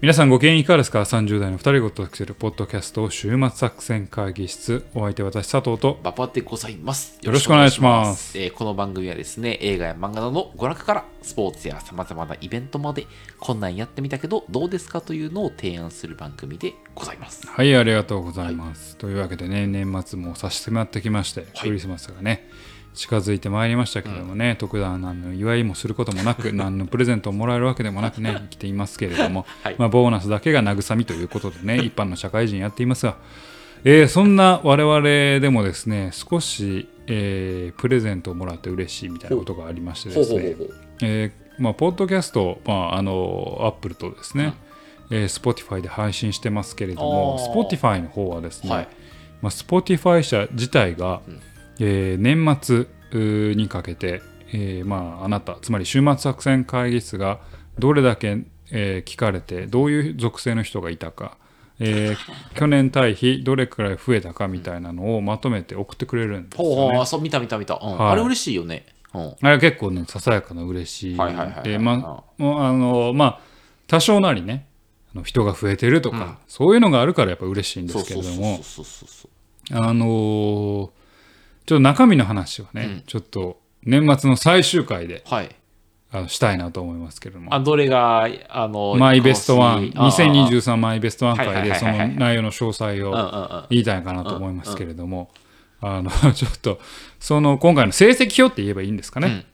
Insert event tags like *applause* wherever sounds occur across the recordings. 皆さんご機嫌いかがですか ?30 代の二人ごとアクセルポッドキャスト週末作戦会議室お相手私佐藤とバパでございます。よろしくお願いしますよろしくお願いします。えーこの番組はですね、映画や漫画などの娯楽から、スポーツや様々なイベントまで、こんなんやってみたけど、どうですかというのを提案する番組でございます。はいありがとうございます、というわけでね年末も差し迫ってきまして、クリスマスがね近づいてまいりましたけどもね、特段何の祝いもすることもな *laughs* く何のプレゼントをもらえるわけでもなくね生きていますけれど *laughs* も、はいまあ、ボーナスだけが慰みということで *laughs* ね一般の社会人やっていますが、えーそんな我々でもですね少し、えープレゼントをもらって嬉しいみたいなことがありましてですねほう。えーまあ、ポッドキャスト、まあ、あのアップルとですね、えー Spotify で配信してますけれどもあー Spotify の方はですね、はいまあ、Spotify 社自体が、うんえー年末うーにかけて、えーまあ、あなたつまり週末作戦会議室がどれだけ、えー聞かれてどういう属性の人がいたか、え *laughs* ー去年対比どれくらい増えたかみたいなのをまとめて送ってくれるんですよ、ね。ほうほう、あ、そう、見た見た見た。うんはいあれ嬉しいよね。うん。あれ結構ねささやかな嬉しいはいはいはいはいでまあもうあのまあ多少なりねあの人が増えてるとか、うんそういうのがあるからやっぱ嬉しいんでそうすけそうれどそもうそうそうそう。あのーちょっと中身の話はね、うんちょっと年末の最終回ではい。あのしたいなと思いますけれどもあ、どれが、あの、マイベストワン今年ああ2023マイベストワンはい回はいではいそはいの内容の詳細うんうんをうん。言いたいかなと思いますけれども、あの *laughs* ちょっとその今回の成績表って言えばいいんですかね、うん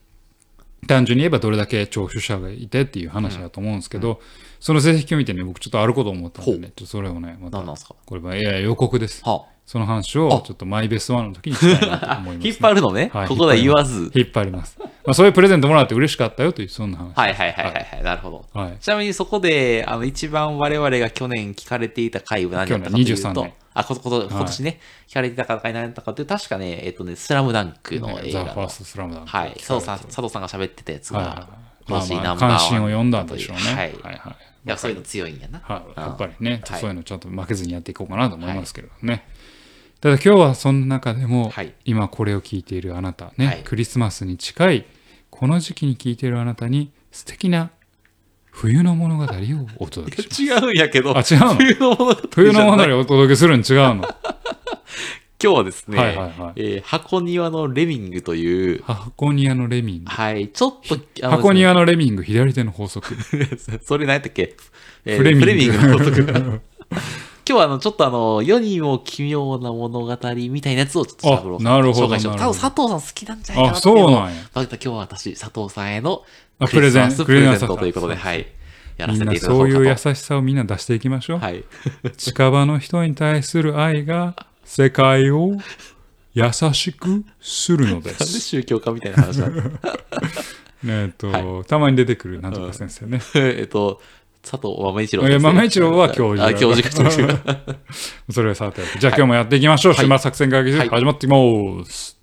単純に言えばどれだけ聴取者がいてっていう話だと思うんですけど、その成績を見てね僕ちょっとあることを思ったんでねほうちょっとそれをねま何たなんですかこれはいや予告ですはその話をちょっとマイベストワンの時にしたいなと思いあます、 *laughs* 引っ張るのね。はいここでは言わず。引っ張ります、まあ、そういうプレゼントもらって嬉しかったよというそんな話はいはいはいはいはい。なるほど。はい、ちなみにそこで、あの、一番我々が去年聞かれていた回は何だったかという去年23と年、あ、こと、こと、今年ね、聞かれていた回何だったかというと、確かね、えっとね、スラムダンクの映ザ・画ファのー、スト・スラムダンクはい、佐藤さん、佐藤さんが喋ってたやつはいが、ま今あ年まナあンバーワン関心を呼んだんでしょうねはい。はいいはいや、そういうの強いんやな。はい、うんやっぱりね、はいそういうのちゃんと負けずにやっていこうかなと思いますけどね。ただ今日はその中でも、はい今これを聞いているあなたね、はいクリスマスに近いこの時期に聞いているあなたに素敵な冬の物語をお届けし *laughs* ます。違うんやけど、あ違うの冬の物語冬のじゃな物い語をお届けするに違うの。今日はですね、はいはいはいえー箱庭のレミングという、箱庭のレミング。はい、ちょっと、あの箱庭のレミング左手の法則。 *laughs* それ何やったっけ、えーフレミングの法則今日はあのちょっとあの世にも奇妙な物語みたいなやつをちょっと探ろうかあなるほど紹介しようなるほど多分佐藤さん好きなんじゃないかあ、なっていうのそうをなんや。また今日は私佐藤さんへのあクリスマスププレレゼンゼンントトということでそうはいやらみせんていただこうなかとそういう優しさをみんな出していきましょう。はい近場の人に対する愛が世界を優しくするので。なん *laughs* です宗教家みたいな話なんですかえっと、たまに出てくるなんとか先生ね。 *laughs* えっと佐藤豆一郎先い生や豆一郎は教授あ教授か教 *laughs* 授かそれはさておき、じゃあ今日もやっていきましょう。はい週末作戦会議室はい始まっていきます。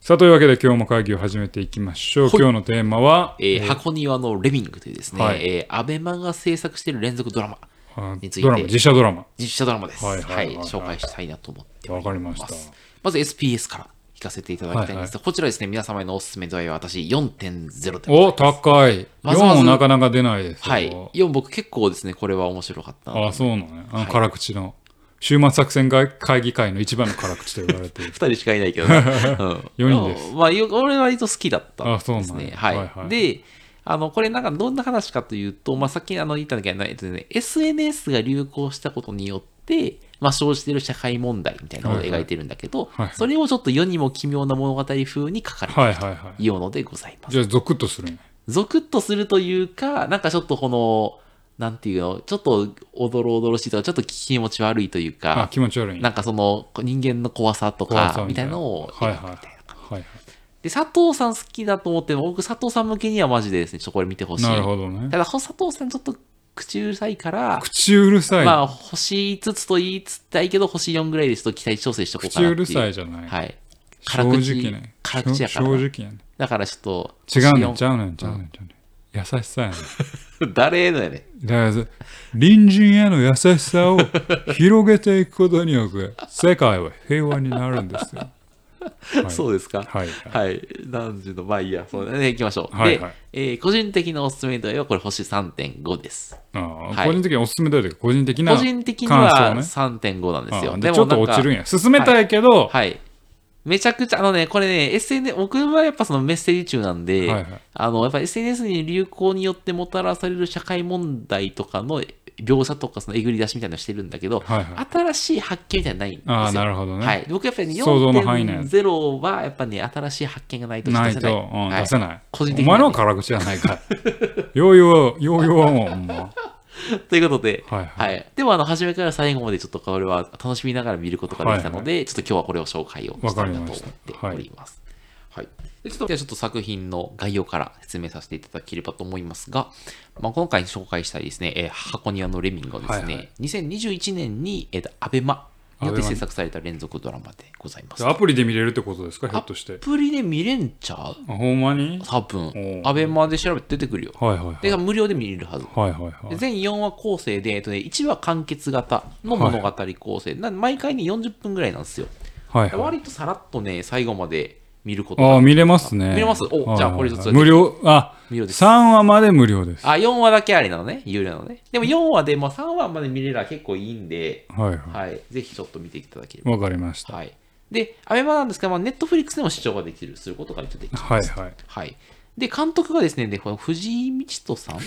さあというわけで今日も会議を始めていきましょう。ほい今日のテーマは、えー箱庭のレミングというですね、ははいえー、アベマが制作している連続ドラマあについてドラマ、実写ドラマ。実写ドラマです。ははいいはいはいはい紹介したいなと思っておわりかりまましす。た。まず SPS から聞かせていただきたいんですが、こちらですね、皆様へのおすすめ度合いは私4.0で。お、高い。まずまず4もなかなか出ないですよ。はい。4僕結構ですね、これは面白かったな。ああ、そうなのね。あの辛口の。週末作戦会会議会の一番の辛口と言われてい *laughs* る2 。人しかいないけど *laughs* ね。うん、四人ですまあ、よ俺は割と好きだったあそうなんでやすね。はい、はいはいで、あの、これなんかどんな話かというと、まあ、さっきあの言ったんだけど、えっとね、SNS が流行したことによって、まあ、生じている社会問題みたいなのを描いてるんだけど、はいはいそれをちょっと世にも奇妙な物語風に書かれてはいはいはい。いるのでございます。じゃあ、ゾクッとするね。ゾクッとするというか、なんかちょっとこの、なんていうの、ちょっとおどろおどろしいとか、ちょっと気持ち悪いというあ、か、気持ち悪いね。なんかその人間の怖さと怖か、みたいなのをはいは描いくみたいな。はいはい。で、佐藤さん好きだと思っても、僕佐藤さん向けにはマジでですね、ちょっとこれ見てほしい。なるほどねた。だ、ほ佐藤さんちょっと口うるさいから、口うるさい。まあ、星5つと言いつつたいけど、星4ぐらいでちょっと期待調整しとこうか口なっうていう。るさいじゃない。はい。正辛口直ね。辛口やから正直やね。だからちょっと、違うね星ん、四ちゃうねん、ちゃうねん、ちゃうねん。優しさやねん。 *laughs* 誰のやねん。だから、隣人への優しさを広げていくことによって、世界は平和になるんですよ。はいそうですか。はいはい。何時の、まあいいや、そうね、行きましょう。はいではい、えー個人的なおすすめ度合いは、これ星3.5です。あーはい個人的におすすめだより個人的な個感想人的にねは3.5なんですあよ。ーでちょっと落ちるんや進めたいけど、はい。めちゃくちゃ、あのね、これね、SNS、僕はやっぱそのメッセージ中なんで、はいはいあの、やっぱ SNS に流行によってもたらされる社会問題とかの描写とか、そのえぐり出しみたいなのしてるんだけど、はいはい新しい発見みたいなのないんですよ。ああなるほどね、はい。僕やっぱりね想像の範囲内4.0は、やっぱね、新しい発見がないと出せな。ないいと、うんはい出せない個人的おに前はのねは辛口じゃないかヨーヨーヨーヨーはもうほんまということで、はいははいい。でも、あの、初めから最後までちょっとこれは楽しみながら見ることができたので、ちょっと今日はこれを紹介をしたいなと思っております。はい。でちょっと、じゃあちょっと作品の概要から説明させていただければと思いますが、まあ、今回紹介したいですね、えー箱庭のレミングはですね、はいは2021年に、えっ、と、アベマによって制作された連続ドラマでございま *laughs* す。アプリで見れるってことですかひょっとしてアプリで見れんちゃうあほんまに多分。おーアベマで調べて出てくるよ。はいはいはいで、無料で見れるはず。はいはいはいで全4話構成で、えっとね、1話完結型の物語構成、なんで毎回ね40分ぐらいなんですよ、はいはい割とさらっとね最後まで見ることがああ、見れますね。見れますおはいじゃあこれちょっと無料、あ、無料です3話まで無料です。あ4話だけあれなのね有料なのねでも4話で、まあ、3話まで見れれば結構いいんで、はいははい、ぜひちょっと見ていただけれい。わかりました。ばはいでアベマなんですけど、まあ、ネットフリックスでも視聴ができるすることが一応できるはいはい。はいで監督がですねでこの藤井道人さん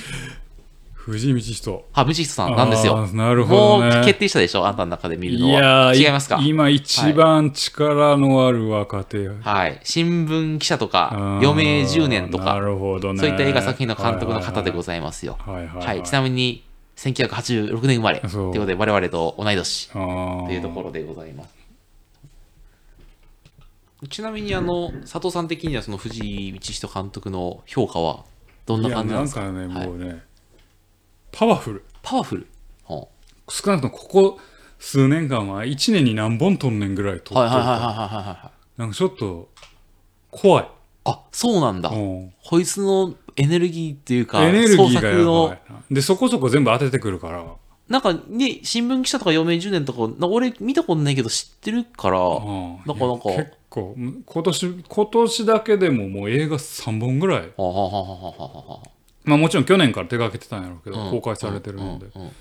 藤井道人。あ、道人さんなんですよあーなるほどねもう決定したでしょあんたの中で見るのいやはー違いますか今一番力のある若手。はい。新聞記者とかあ、ー余命10年となか、るほどね。そういった映画作品の監督の方でございますよ。はいはいはい。はい。ちなみに、1986年生まれ。というそうことで、我々と同い年あーというところでございます。ちなみに、あの、佐藤さん的には、その藤井道人監督の評価は、どんないや感じなんですかなんかね、はいもうね、パワフル。パワフル。ほう少なくともここ数年間は1年に何本撮んねんぐらい撮ってるはいはいはいはいかはいはいはい。ら。なんかちょっと怖い。あ、そうなんだう。んこいつのエネルギーっていうか、エネルギ創ーが作のやばいなでそこそこ全部当ててくるからなんかね、新聞記者とか余命10年とか、な俺見たことないけど知ってるから、うんなかないかや結構うん今年今年だけでももう映画3本ぐらい、あははははははまあ、もちろん去年から手がけてたんやろうけど、うん公開されてるので、うんうんうん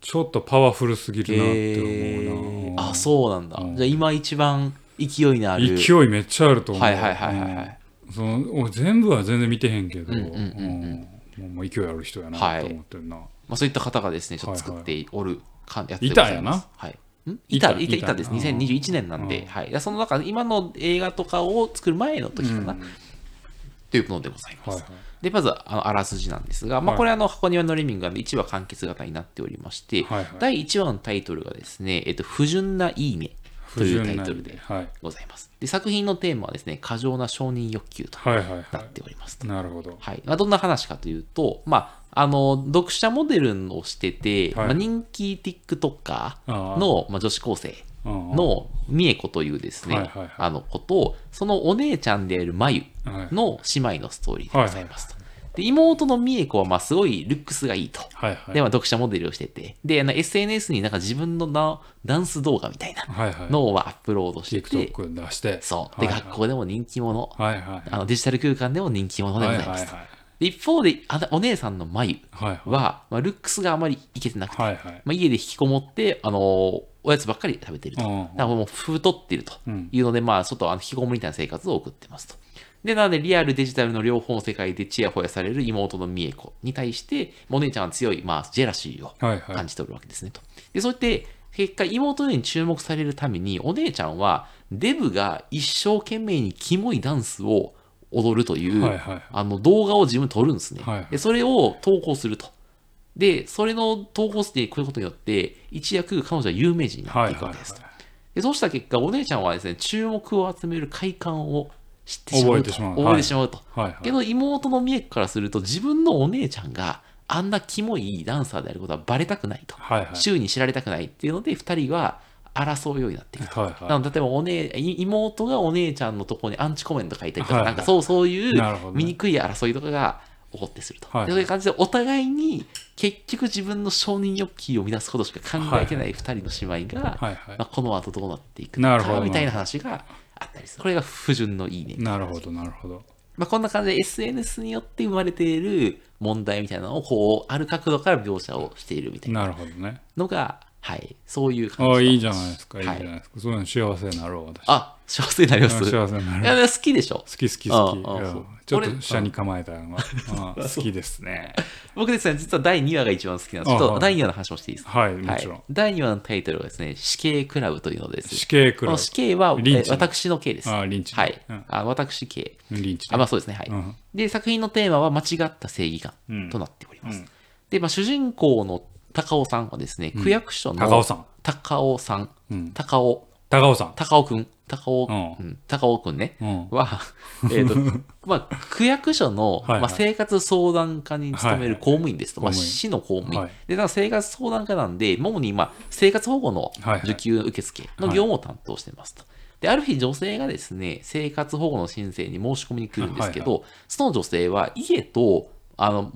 ちょっとパワフルすぎるなってへ思うーな、あ、そうなんだ。うんじゃあ今一番勢いのある。勢いめっちゃあると思う、はいはいはいはいはい。うんその俺全部は全然見てへんけど、うんうんうんうんもう勢いある人やなと思ってるな、まあそういった方がですね、ちょっと作っておるかやつでご板ざいやますな。はい。ん板、板板、板です。板2021年なんで、うんはい。でその中、今の映画とかを作る前の時かな、うんというのでございます。はいはいで、まず、あの、あらすじなんですが、はまあ、いこれ、あの、箱庭のレミングが1話完結型になっておりまして、はいはい第1話のタイトルがですね、えっと、不純ないいねと不いう純タイなトルではい、ございます。で、作品のテーマはですね、過剰な承認欲求とはいはいはいなっておりますと。なるほどはい。まあ、どんな話かというと、まあ、あの、読者モデルをしてて、はいまあ、人気 TikToker あの、まあ、女子高生うんうんの美恵子というですね、はいはいはいあの子と、そのお姉ちゃんであるまゆはいの姉妹のストーリーでございますと。で妹の美恵子はまあすごいルックスがいいと。はいはいで、まあ、読者モデルをしてて、で、あの SNS になんか自分のなダンス動画みたいなはいはいのをアップロードしてて、 TikTok 出して。そう。で、はいはい学校でも人気者、はいはい。あのデジタル空間でも人気者でごはざいいはいはまいすと。で一方で、あのお姉さんのまゆはいはい。は、まあ、ルックスがあまりいけてなくて、はいはい。まあ、家で引きこもって、あのーおやつばっかり食べてると。うんうんだからもう太ってるとうんいうので、まあ、ちょっとあの引きこもりみたいな生活を送ってますと。で、なので、リアル、デジタルの両方の世界でちやほやされる妹の美恵子に対して、まあお姉ちゃんは強い、まあ、ジェラシーをはいは感い。じておるわけですねと。で、そうやって、結果、妹のように注目されるために、お姉ちゃんは、デブが一生懸命にキモいダンスを踊るという、はいはいあの動画を自分撮るんですね、はいはいで。それを投稿すると。で、それの投稿してこういうことによって、一躍彼女は有名人になっはていいくわはいけですと。でそうした結果、お姉ちゃんはですね、注目を集める快感を知ってしまうと。覚えてしまう覚えてしまうと。はいはい。けど妹の美恵子からすると自分のお姉ちゃんがあんなキモいダンサーであることはバレたくないと、はいはい。周囲に知られたくないっていうので2人は争うようになっていくはいと、はなので例えばお、姉い妹がお姉ちゃんのところにアンチコメント書いたりとか、はいはいなんかそうそういなるほうどね醜い争いとかが起こってすると、はいはいでそういう感じでお互いに結局自分の承認欲求を満たすことしか考えてない2人の姉妹が、い。はいはまあ、この後どうなっていくなのるほかどみたいな話があったりする。これが不純のいいね。なるほど、なるほど。まあ、こんな感じで SNS によって生まれている問題みたいなのを、こう、ある角度から描写をしているみたいななるほどね。のが、はい、そういう感ああ、じいいじゃないですか、いいじはゃいないですか。そういうの幸せになろう、私。あ、幸せになります。うんいや、幸せになる。でも好きでしょ。好き好き好き。ああああいやそうちょっ俺と下に構えたのがああ好きですね。僕ですね、実は第2話が一番好きなんです。ちょあはっとい第2話の話もしていいですかはい、もちろはいん。第2話のタイトルはですね、死刑クラブというのです。死刑クこラのブ。死刑は、えリンチー私の刑です。ああ、リンチね。はいうん。あ私刑。リンチね。あ、まあそうですね。はい。うんで、作品のテーマは間違った正義うん感となっております。うんで、まあ主人公の高尾さんはですね、区役所の高尾さん。高尾さん。うん高尾。高尾さん。高尾くん。高尾、ううん高尾くんね。うん。 *laughs* は、えっ、と、まあ、区役所はの、いはいまあ、生活相談課に勤める公務員ですと、はいはいまあ、市の公務員。はいで、だから生活相談課なんで、主に、まあ、生活保護のはいはい受給受付の業務を担当してますと。で、ある日女性がですね、生活保護の申請に申し込みに来るんですけど、その女性は家と、あの、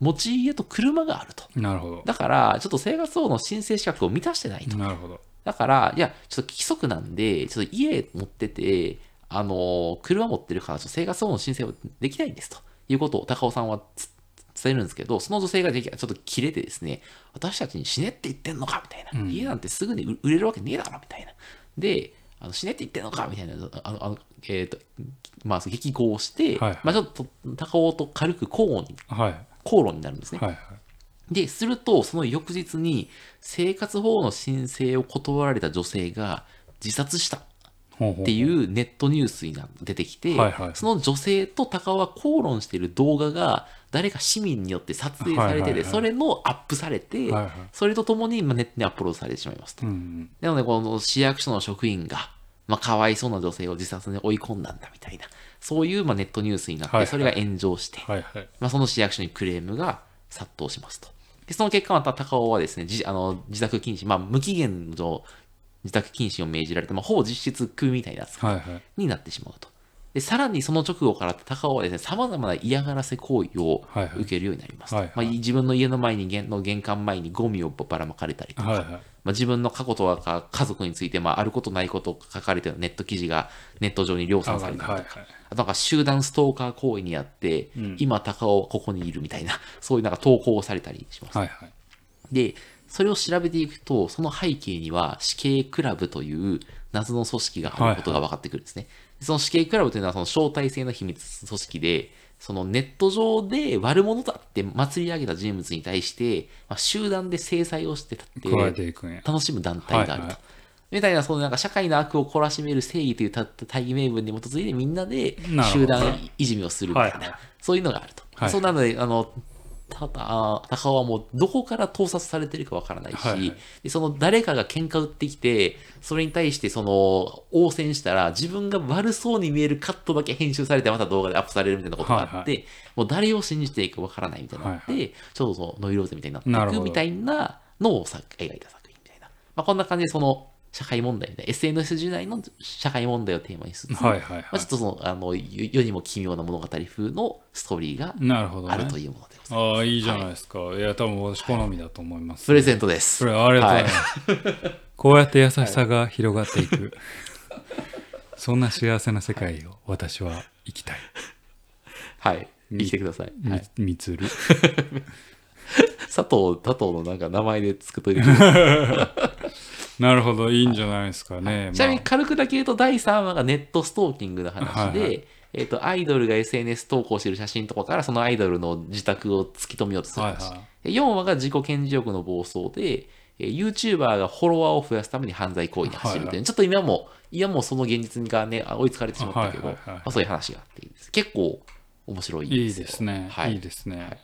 持ち家と車があると。なるほど。だから、ちょっと生活保護の申請資格を満たしてないと。なるほど。だから、いや、ちょっと規則なんで、ちょっと家持ってて、あのー車持ってるから、ちょっと生活保護の申請はできないんですということを高尾さんはつ伝えるんですけど、その女性ができちょっと切れてですね、私たちに死ねって言ってんのかみたいな、うん家なんてすぐに売売れるわけねえだろみたいな。で、あの死ねって言ってんのかみたいな、あの、あのえっ、と、まあ、その激高して、はいはいまあ、ちょっと高尾と軽く口論にはい。口論になるんですね。はいはい。で、すると、その翌日に、生活保護の申請を断られた女性が自殺したっほうほうていうネットニュースにな出てきて、はいはいその女性と高尾は口論している動画が、誰か市民によって撮影されてて、はいはいはいそれのアップされて、はいはいそれとともにまあネットにアップロードされてしまいますと。うんうん。なので、この市役所の職員が、まあ、かわいそうな女性を自殺に追い込んだんだみたいな、そういうまあネットニュースになっはいはいて、それが炎上して、はいはい。まあ、その市役所にクレームが殺到しますと。でその結果、また高尾はですね、じあの自宅禁止、まあ、無期限の自宅禁止を命じられて、まあ、ほぼ実質空みたいな扱いはいはい。になってしまうと。で、さらにその直後から高尾はですね、様々な嫌がらせ行為をはいはい受けるようになりますと。はいはいまあ、自分の家の前に玄の玄関前にゴミをばらまかれたりとか、はいはい。まあ、自分の過去とはか家族について、まあ、あることないことを書かれてるネット記事がネット上に量産されたりとか、はいはい。あとなんか集団ストーカー行為にあって、うん今高尾ここにいるみたいな、 *laughs* そういうなんか投稿をされたりします。はいはい。で、それを調べていくと、その背景には死刑クラブという謎の組織があることが分かってくるんですね。その死刑クラブというのはその招待制の秘密組織で、そのネット上で悪者だって祭り上げた人物に対して、まあ、集団で制裁をしてたって、加えていくんや。楽しむ団体があると。はいはいみたいな、そのなんか社会の悪を懲らしめる正義というた大義名分に基づいてみんなでなるほど集団いじめをするみたいな、はいはいそういうのがあると。はいそうなので、あの、たたあ高尾はもうどこから盗撮されてるかわからないし、はいはいでその誰かが喧嘩売ってきて、それに対してその応戦したら自分が悪そうに見えるカットだけ編集されてまた動画でアップされるみたいなことがあって、はいはもう誰を信じていいかわからないみたいになって、はちょっとそのノイローゼみたいになってなるいほどくみたいなのをさ描いた作品みたいな。まあ、こんな感じでその社会問題みたいな、SNS 時代の社会問題をテーマにしつつ、はいはいまあ、はちょっとそのあの世世にも奇妙な物語風のストーリーがい。なるほどあるねと。いうものでございます。ああ、いいじゃないですか。いや、多分私好みだと思います。プレゼントです。それありがとうございます。 *laughs* こうやって優しさが広がっていく、そんな幸せな世界を私は生きたい。はい。はい。生きてください。み、はい、みつる。佐藤、佐藤のなんか名前で作っといてください。なるほど、いいんじゃないですかね。ちなみまに軽くだけ言うと、第3話がネットストーキングの話で、はいはえっ、と、アイドルが SNS 投稿してる写真とかから、そのアイドルの自宅を突き止めようとするあはい話。はで4話が自己顕示欲の暴走で、えー YouTuber がフォロワーを増やすために犯罪行為に走るみたはいな、いはちょっと今も、今もその現実がね、あ追いつかれてしまったけど、はいはいはいまあ、そういう話があっていいです、結構面白いい。いいよですね。、はいい。いですね。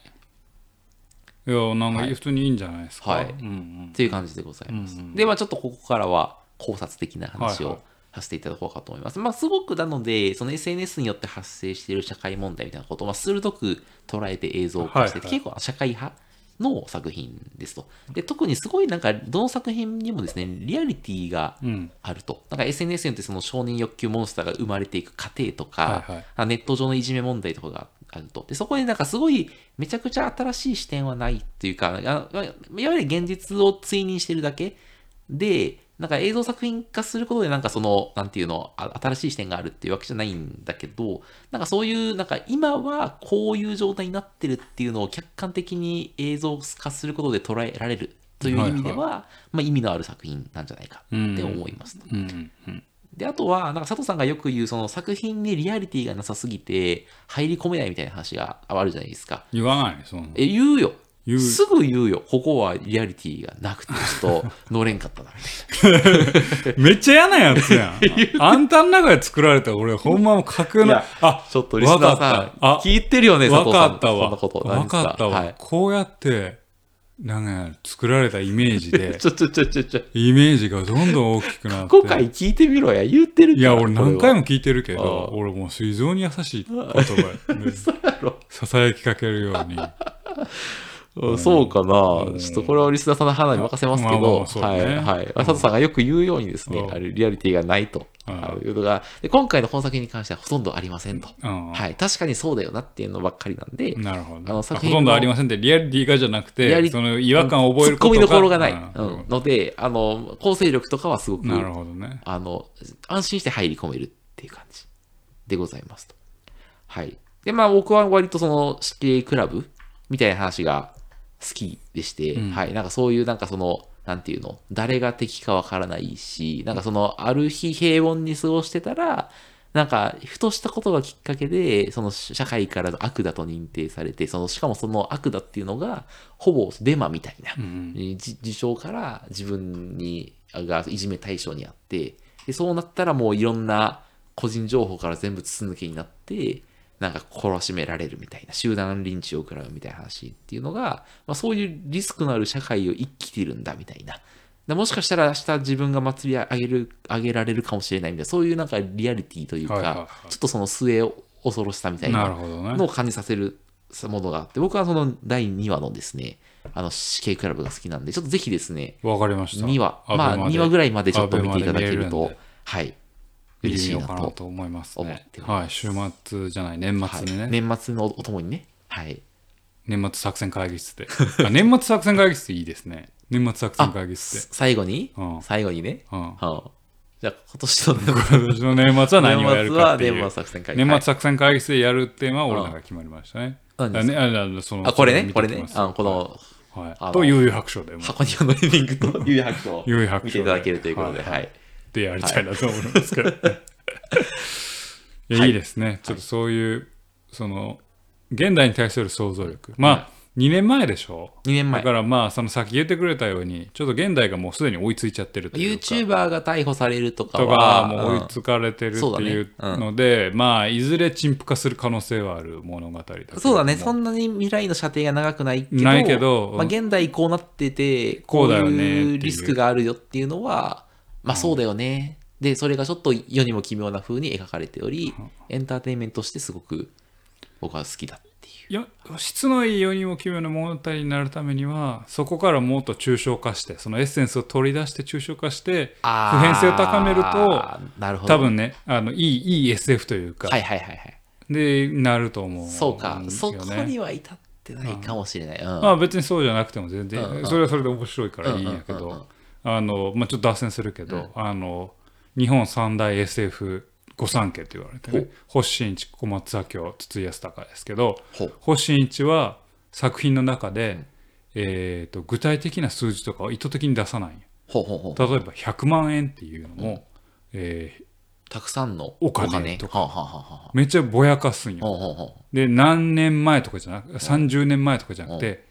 いや、なんかはい普通にいいんじゃないですか。はいうんっていう感じでございます。うんうんで、まあちょっとここからは考察的なは話いはをいさせていただこうかと思います。まあすごくなので、その SNS によって発生している社会問題みたいなことを、まあ、鋭く捉えて映像化して、はいはい結構社会派の作品ですと。で、特にすごいなんか、どの作品にもですね、リアリティがうん。うん。あると。なんか SNS によってその承認欲求モンスターが生まれていく過程とか、はいはいあネット上のいじめ問題とかがあると。で、そこになんかすごいめちゃくちゃ新しい視点はないっていうか、あいわゆる現実を追認してるだけで、なんか映像作品化することでなんかその、なんていうの、あ新しい視点があるっていうわけじゃないんだけど、なんかそういう、なんか今はこういう状態になってるっていうのを客観的に映像化することで捉えられるという意味では、はいまあ意味のある作品なんじゃないかって思います。うんうんで、あとは、なんか佐藤さんがよく言う、その作品にリアリティがなさすぎて、入り込めないみたいな話があるじゃないですか。言わないそんなえ、言うよ。言うすぐ言うよ。ここはリアリティがなくて、ちょ *laughs* っと乗れんかったな、みたいめっちゃ嫌なやつや *laughs* んあんたん中で作られたら俺ほんまもう架空いのやあな。ちょっとリスナーわさかんっ、たあ聞いてるよね、佐わ藤さん。かったそわんなこと。わかったわ、はい。こうやってなんか作られたイメージで *laughs* ちょちょちょちょちょ。イメージがどんどん大きくなって今回聞いてみろや、言ってるいや俺何回も。も聞いてるけどああ俺もう膵臓に優しい言葉 *laughs* でそうやろ。ささやきかけるようにうんそうかんな。ちょっとこれはリスナーさんの判断に任せますけまあまあまど、あそうはねい、はい。佐藤さんがよく言うようにですねう、んあれリアリティがないと。うんあのいうのが、で今回の本作品に関してはほとんどありませんと。うんはい。確かにそうだよなっていうのばっかりなんで、なるほどあのあほ作品のとんどありませんってリアリティがじゃなくリアてリその違和感を覚え突るっこ込とみがどころがない、ううんん、ので、あの、構成力とかはすごく、なるほどねあの、安心して入り込めるっていう感じでございますと。はい。で、まあ僕は割とその死刑クラブみたいな話が好きでして、はい。なんかそういうなんかその、なんていうの、誰が敵かわからないし、なんかその、ある日平凡に過ごしてたら、なんか、ふとしたことがきっかけで、その社会から悪だと認定されて、その、しかもその悪だっていうのが、ほぼデマみたいな、じ事象から自分にがいじめ対象にあってでそうなったらもういろんな個人情報から全部筒抜けになってなんか懲らしめられるみたいな集団リンチを食らうみたいな話っていうのが、まあ、そういうリスクのある社会を生きてるんだみたいなでもしかしたら明日自分が祭り上げる上げられるかもしれないみたいなそういうなんかリアリティというか、はいはいはいちょっとその末を恐ろしさみたいななるほどねのを感じさせるものがあって、僕はその第2話のですね、あの死刑クラブが好きなんで、ちょっとぜひですね、わかりました2話、アベまあマで2話ぐらいまでちょっと見ていただけアベマで見れるるんとで、はい、見嬉てみしいようなかなと。と思います思っねておりはい週末じゃない年は末いにね、年末のおともにね、はい。年末作戦会議室であ年末作戦会議室いいですね年末作戦会議室すで最後に、うん最後にね、うんうんじゃあ今年の年今年の年末は *laughs* 何をやる末かはっていう年末作戦会議年はい末作戦会議室でやるテーマは俺らが決まりましたね。うんあねああそのあ、これそね、のこれ見ねてき、ますあのこのはいあのと悠々白書でも箱庭のエンディング *laughs* と優白書を悠々白書見ていただけるということで、はいはい。でやりたいなと思いますけど。いやは *laughs* いいいですね。ちょっとそういうその現代に対する想像力。まあ2年前でしょ。 2年だ前か。らまあそのさっき言ってくれたようにちょっと現代がもうすでに追いついちゃってるというか。 YouTuber が逮捕されるとかとかは、もう追いつかれてるってそうだねいううんので、まあいずれ陳腐化する可能性はある物語だけれどもそうだね、そんなに未来の射程が長くないけど、ないけどまあ、現代こうなってて、こうだよねこっていういうリスクがあるよっていうのは、まあそうだよね。で、それがちょっと世にも奇妙な風に描かれており、エンターテインメントとしてすごく僕は好きだっていう。よ質のいい世にも奇妙な物語になるためにはそこからもっと抽象化してそのエッセンスを取り出して抽象化してあ普ー遍性を高めると、なるほど。多分ねあのいいいい SF というか、はいはいはいはい。でなると思う、そうか、んそこよねには至ってないかもしれない。うん。まあ別にそうじゃなくても全然、うんうんそれはそれで面白いからいいんやけど、うんうんうんうんあのまあ、ちょっと脱線するけど、あの日本三大 SF 御三家って言われてね星新一小松左京筒井康隆ですけどほう星新一は作品の中で、えー、と具体的な数字とかを意図的に出さないんよほうほうほう。例えば100万円っていうのも、えーたくさんのお金とか。はあはあはあはあめっちゃぼやかすんよほうほうほう。で何年前とかじゃなく30年前とかじゃなくて、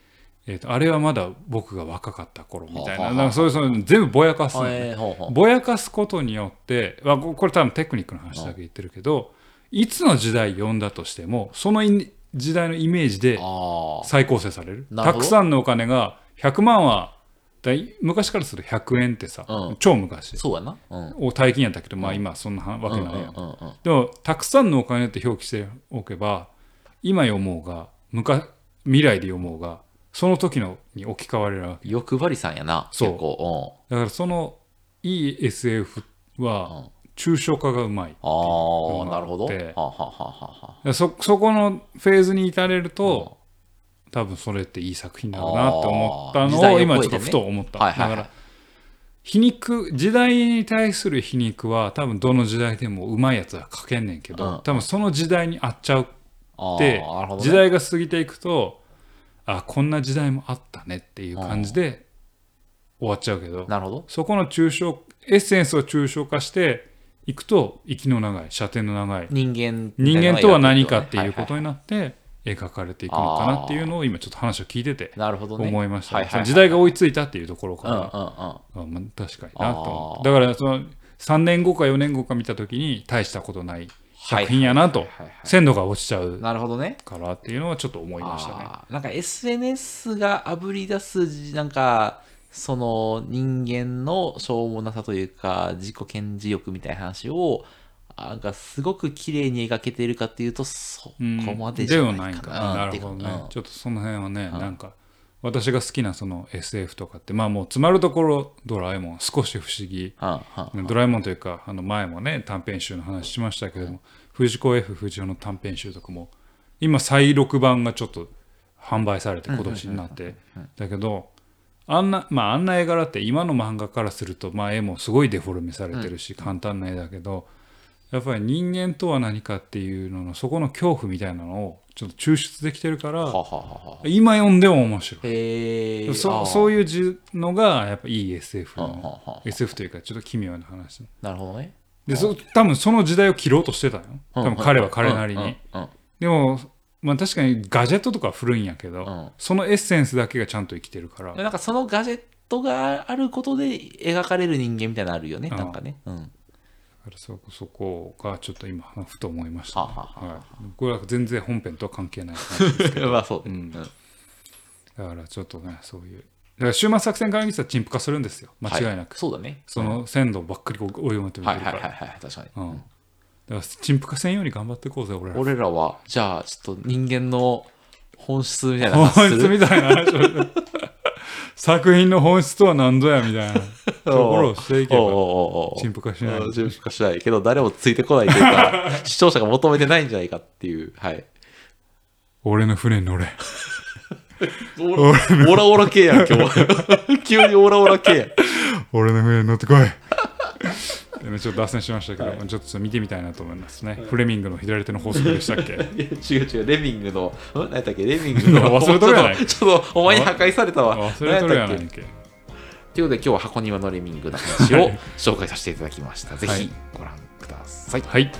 えー、とあれはまだ僕が若かった頃みたいなはあはあはあなんかそういうそういう全部ぼやかすのねえーほうほうぼやかすことによって、まあ、ここれ多分テクニックの話だけ言ってるけどいつの時代読んだとしてもそのい時代のイメージであ再構成されるなるたほどくさんのお金が100万はだい昔からすると100円ってさ、うん超昔あ、そうやな。うん。を大金やったけど、まあ今そんなわけないやん、うんうんうんうんでもたくさんのお金って表記しておけば今読もうが昔未来で読もうがその時のに置き換われるわけ欲張りさんやな、そう結構。だからそのいい SF うんは抽象化がうまい、だかああ、なるほど。はであ、はあはあはあはらそそこのフェーズに至れると、多分それっていい作品だろうなって思ったあー時代のをを今超ちょえってねとふと思った、はいはいはいだから皮肉時代に対する皮肉は多分どの時代でもうまいやつは書けんねんけど、うん多分その時代に合っちゃうあっあ、て、なるほどね時代が過ぎていくとあこんな時代もあったねっていう感じで終わっちゃうけどなるほど。そこの抽象エッセンスを抽象化していくと息の長い射程の長い人間み人たいなのが描いてるよね、間とは何かっていうことはになって描かれていくのかなっていうのを今ちょっと話を聞いてていはいはいなるほどね。思いました、はいはいそはのい、時代が追いついたっていうところうかんうんらうん。、ああまあ、確かになと思っあーてだからその3年後か4年後か見た時に大したことない作品やなと、はいはい鮮度が落ちちゃうなるほどね。からっていうのはちょっと思いましたね。あーなんか SNS があぶり出す、なんか、その人間のしょうもなさというか、自己顕示欲みたいな話を、あがすごく綺麗に描けているかっていうと、そこうんまでじゃないでかはななっているうかほどうねん。ちょっとその辺はね、なんか私が好きなその SF とかってまあもう詰まるところドラえもん少し不思議うんうんドラえもんというかあの前もね短編集の話しましたけども藤子 F 不二雄の短編集とかも今再録版がちょっと販売されて今年になってだけどあんなまああんな絵柄って今の漫画からするとまあ絵もすごいデフォルメされてるし簡単な絵だけどやっぱり人間とは何かっていうののそこの恐怖みたいなのをちょっと抽出できてるかはらあはあはあはあ今読んでも面白い。へえ。そそういう。いうじのがやっぱいい SF はあはのあはあ SF というかちょっと奇妙な話なるほどね。でそ多分その時代を切ろうとしてたのよ多分彼は彼なりに、うん。うんでも、まあ、確かにガジェットとかは古いんやけど、うんそのエッセンスだけがちゃんと生きてるから、なんかそのガジェットがあることで描かれる人間みたいなのあるよね、うんなんかね。うん。そこそこがちょっと今ふと思いました、はあねはあははい、これは全然本編とは関係ない話 *laughs* まあそうね。うんうんだからちょっとねそういうだから終末作戦会議室は陳腐化するんですよ間違いなく、はそうだね。その鮮度ばっかりこう追い込めてみてはいるはかいはいらはい、確かに。うんだから陳腐化せんように頑張っていこうぜ俺ら俺らは、じゃあ、ちょっと人間の本質みたいな話本す質る。みたいな話を作品の本質とは何ぞやみ *laughs* たいなところをしていけおうおうばおうおう陳腐化しないうん陳腐化しないけど、誰もついてこないというか、 *laughs* 視聴者が求めてないんじゃないかっていう。はい。俺の船に乗れオラオラオラ系やん、今日。 *laughs* 急にオラオラ系やん。 *laughs* 俺の船に乗ってこいでねちょっと脱線しましたけど、ちょっと見てみたいなと思いますね、フレミングの左手の法則でしたっけ *laughs* いや違う違う、レミングの、ん何やったっけ、レミングの、忘れとるやないちょっと、 *laughs* ちょっとお前に破壊されたわ。忘れとるやな何やいったっけけということで、今日は箱庭のレミングの話 *laughs* を紹介させていただきました。ぜひご覧ください。はい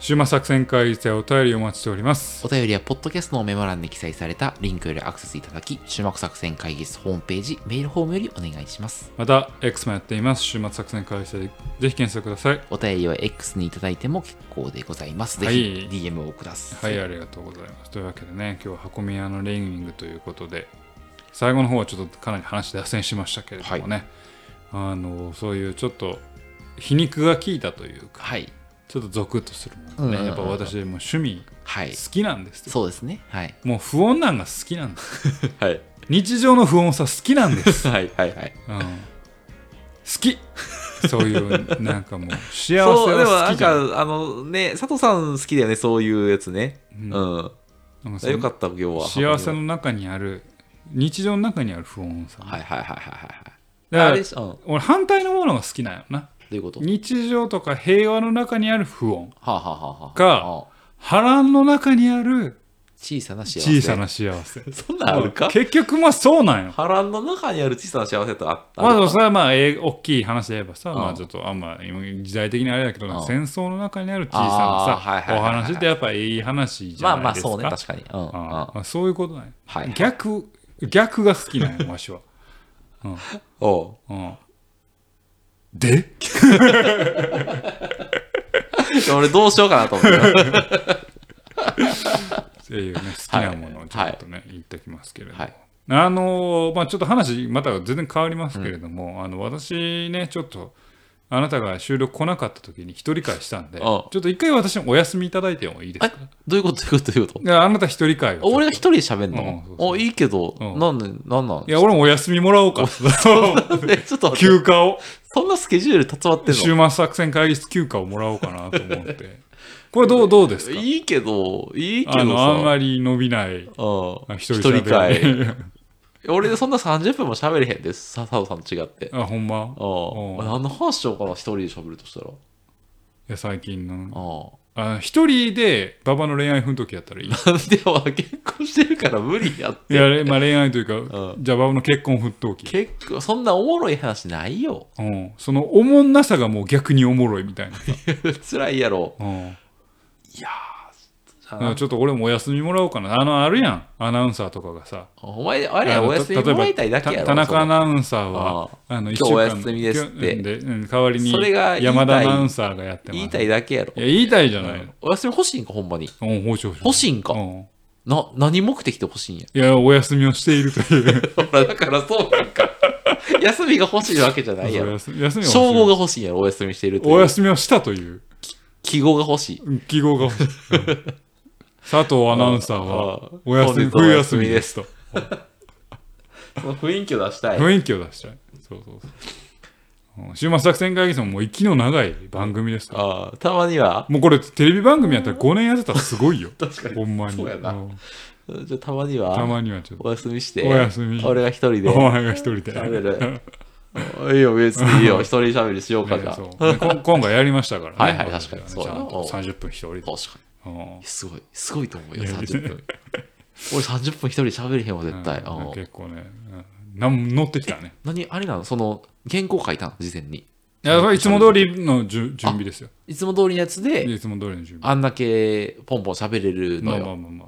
終末作戦会議室でお便りお待ちしておりますお便りは、ポッドキャストのメモ欄に記載されたリンクよりアクセスいただき、終幕作戦会議室ホームページ、メールフォームよりお願いします。また X もやっています週末作戦会議室でぜひ検索くださいお便りは X にいただいても結構でございます。ぜはいひ DM をくださ。はいい、ありがとうございます。というわけでね、今日は箱宮のレイニングということで、最後の方はちょっとかなり話脱線しましたけれどもね、あのそういうちょっと皮肉が効いたというか、はい。ちょっとゾクッとするものうんうんうんうね、んやっぱ私も趣味はい。好きなんですよ。そうですね。はい。 *laughs* もう不穏なんが好きなんです。はい。日常の不穏さ好きなん *laughs* *laughs* です。はい。はい。はい。うん、好きそういうなんかもう幸せはそう、でもな好きんじゃん。か、あのね、佐藤さん好きだよね、そういうやつね。うん。なんかそよかのった、今日は。幸せの中にある日常の中にある不穏さ、はいはいはいはいはい。だはい。かあられでしょ、うん。ど俺反対のものが好きなんよなういうことは日常とか平和の中にある不穏あ、はあはあはあ、かああ波乱の中にある小さな幸小せ。さ。な幸せ *laughs* そんなんあるか結局まあそうなんよ波乱の中にある小さな幸せとあった。まあでもそれはまあえー大きい話で言えばさうんまあちょっとあんま今時代的にあれだけどうん戦争の中にある小さあーはないはいさはおいはい話ってやっぱいい話じまゃあまないあですかそうね、確かに。うん。ううん。んはまあそういうことなんよい。逆逆が好き *laughs* なんよわしはおううんで俺どうしようかなと思 *laughs* って。っていうね、好きなものをちょっとね、言ってきますけれども。はいあのーまあ、ちょっと話、また全然変わりますけれども、あの私ね、ちょっと、あなたが収録来なかった時に一人会したんで、んちょっと一回私にお休みいただいてもいいですえかどういうことどういうことどういうこいやあなた一人会とを。俺が一人で喋んうんそうのそうお、いいけど、うんなんで、なんなんいや、俺もお休みもらおうか。そう *laughs* えちょっと待って休暇を。そんなスケジュール立つまってんの週末作戦会議室休暇をもらおうかなと思って。 *laughs* これどう、どうですかいいけど、いいけあどの、さ。あんまり伸びない。うん。あ一一人人会 *laughs* 喋。俺、そんな30分も喋れへんです。佐藤さんと違って。 *laughs* あ、ほんまうん。うん何の話しようかな、一人で喋るとした *laughs* ら。いや、最近の。うあ一人で、馬場の恋愛ふんときやったらいい。ん。でも、結婚してるから無理やいって。や、れまあ、恋愛というか、うんじゃあ馬場の結婚奮闘記。結構、そんなおもろい話ないよ。うん。その、おもんなさがもう逆におもろいみたいな。 *laughs* 辛いやろ。うん。いやだーからちょっと俺もお休みもらおうかな。あの、あるやん。アナウンサーとかがさ。お前、あれや、のお休みたもらいたいだけやろ。た田中アな。ナウンサーは、あの、今一日週間お休みですってで、うん代わりにそれが言いたい山田アナウンサーがやってます。言いたいいだけやろ。や、言いたいじゃない。うんお休み欲しいんか、ほんまに。うん、欲しい欲しい。欲しいんかうんな、何目的で欲しいんや。 *laughs* いや、お休みをしているという。ほら、だからそうなんか。休みが欲しいわけじゃないやお *laughs* ろ。休み休みを欲しい称号が欲しいんやろ、お休みしてるとおいう。休みをしたという記号が欲しい。うん記号が欲しい。うん *laughs* 佐藤アナウンサーは、ああお休み、本日冬はお休休みみでですすと。その雰囲気を出したい。雰囲気を出したい。そうそうそううん。週末作戦会議室ももう息の長い番組ですからああたまには、もうこれテレビ番組やったら5年やってたらすごいよ。 *laughs* 確かにほんまに。そうやなんじゃあたまにたは、まにはちょっと。お休みして、お休み俺が一人でお前が一人で。喋る。いいよ、別にいいよ。一人喋りしようかじゃねあ。そう確ねこん今回やりましたからね。はいはい確かに私そうはやねちゃなんとおう30分一人で。かうんに。すごい、すごいと思うよ、いや30分。俺30分一人喋れへんわ、絶対。うんうん結構ね、うんなん乗ってきたね。何、あれなのその、原稿書いたの事前に。いや、それいつも通りのじゅ準備ですよ。いつも通りのやつで、いつも通りの準備。あんだけポンポン喋れるまのあよま。あまあま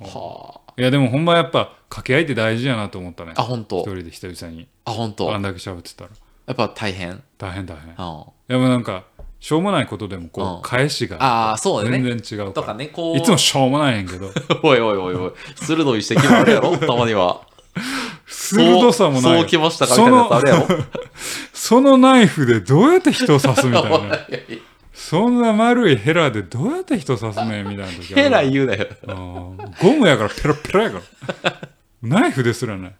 あ。はあ。いや、でもほんまやっぱ掛け合いって大事やなと思ったねあ、。本一当。人で久々にあ、本当。あやんだけ喋ってたら。っぱ大変。うん。大変大変。いあや、もうなんか、しょうもないことでもうんこう、返しがあー、そうだ全ね。然違うとか。からね、こう。いつも *laughs* しょうもないねんけど、おいおいおいおい。鋭い指摘もある *laughs* やろ、たまには。鋭さもな *laughs* そういそうきましたかみたいなやつあるやろ。その *laughs* ナイフでどうやって人を刺すみた *laughs* いおな。いそんな丸いヘラでどうやって人刺すねんみたいな時あるヘラ言うなよ。うんゴムやからペラペラやから。ナイフですらない。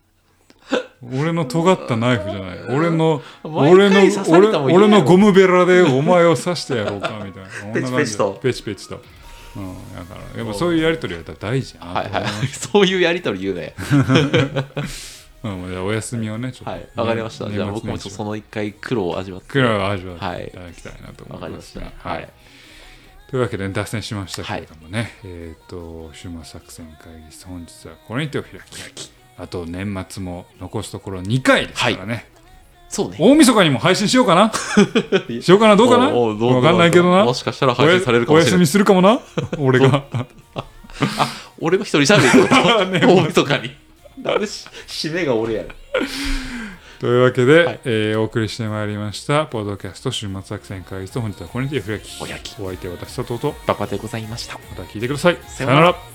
俺の尖ったナイフじゃない。俺の、俺の毎回刺され、た俺もん嫌やろ俺のゴムベラでお前を刺してやろうかみたいな。そんな感じペチペチとペチペチと。うん、だから、やっぱそういうやりとりやったら大事やなと思う。はいはい。そういうやりとり言うなよ。うん、じゃあお休みをね、ちょっと。はい。わかりました。じゃあ僕もちょっとその。の一回苦労を味わって。くらいは味わはっいていただきたいなとわ思かいりまましすたね。。はい。というわけで脱線しましたけれどもね、えっ、と週末作戦会議室本日はこれに手を開きあと年末も残すところ2回ですからね、そうね。大晦日にも配信しよう *laughs* かなしようかなどうかなおうどうわかんないけどなもしかしたら配信されるかもおしれな休いみするかも *laughs* な俺が俺が一人喋るってこ *laughs* と、*laughs* 大晦日に。なんでし締めが俺やねんというわけで、はいえーお送りしてまいりましたポッドキャスト週末作戦会議室本日はこれに手を開きお開きお相手は私佐藤とパパでございました。また聞いてくださいさようならさ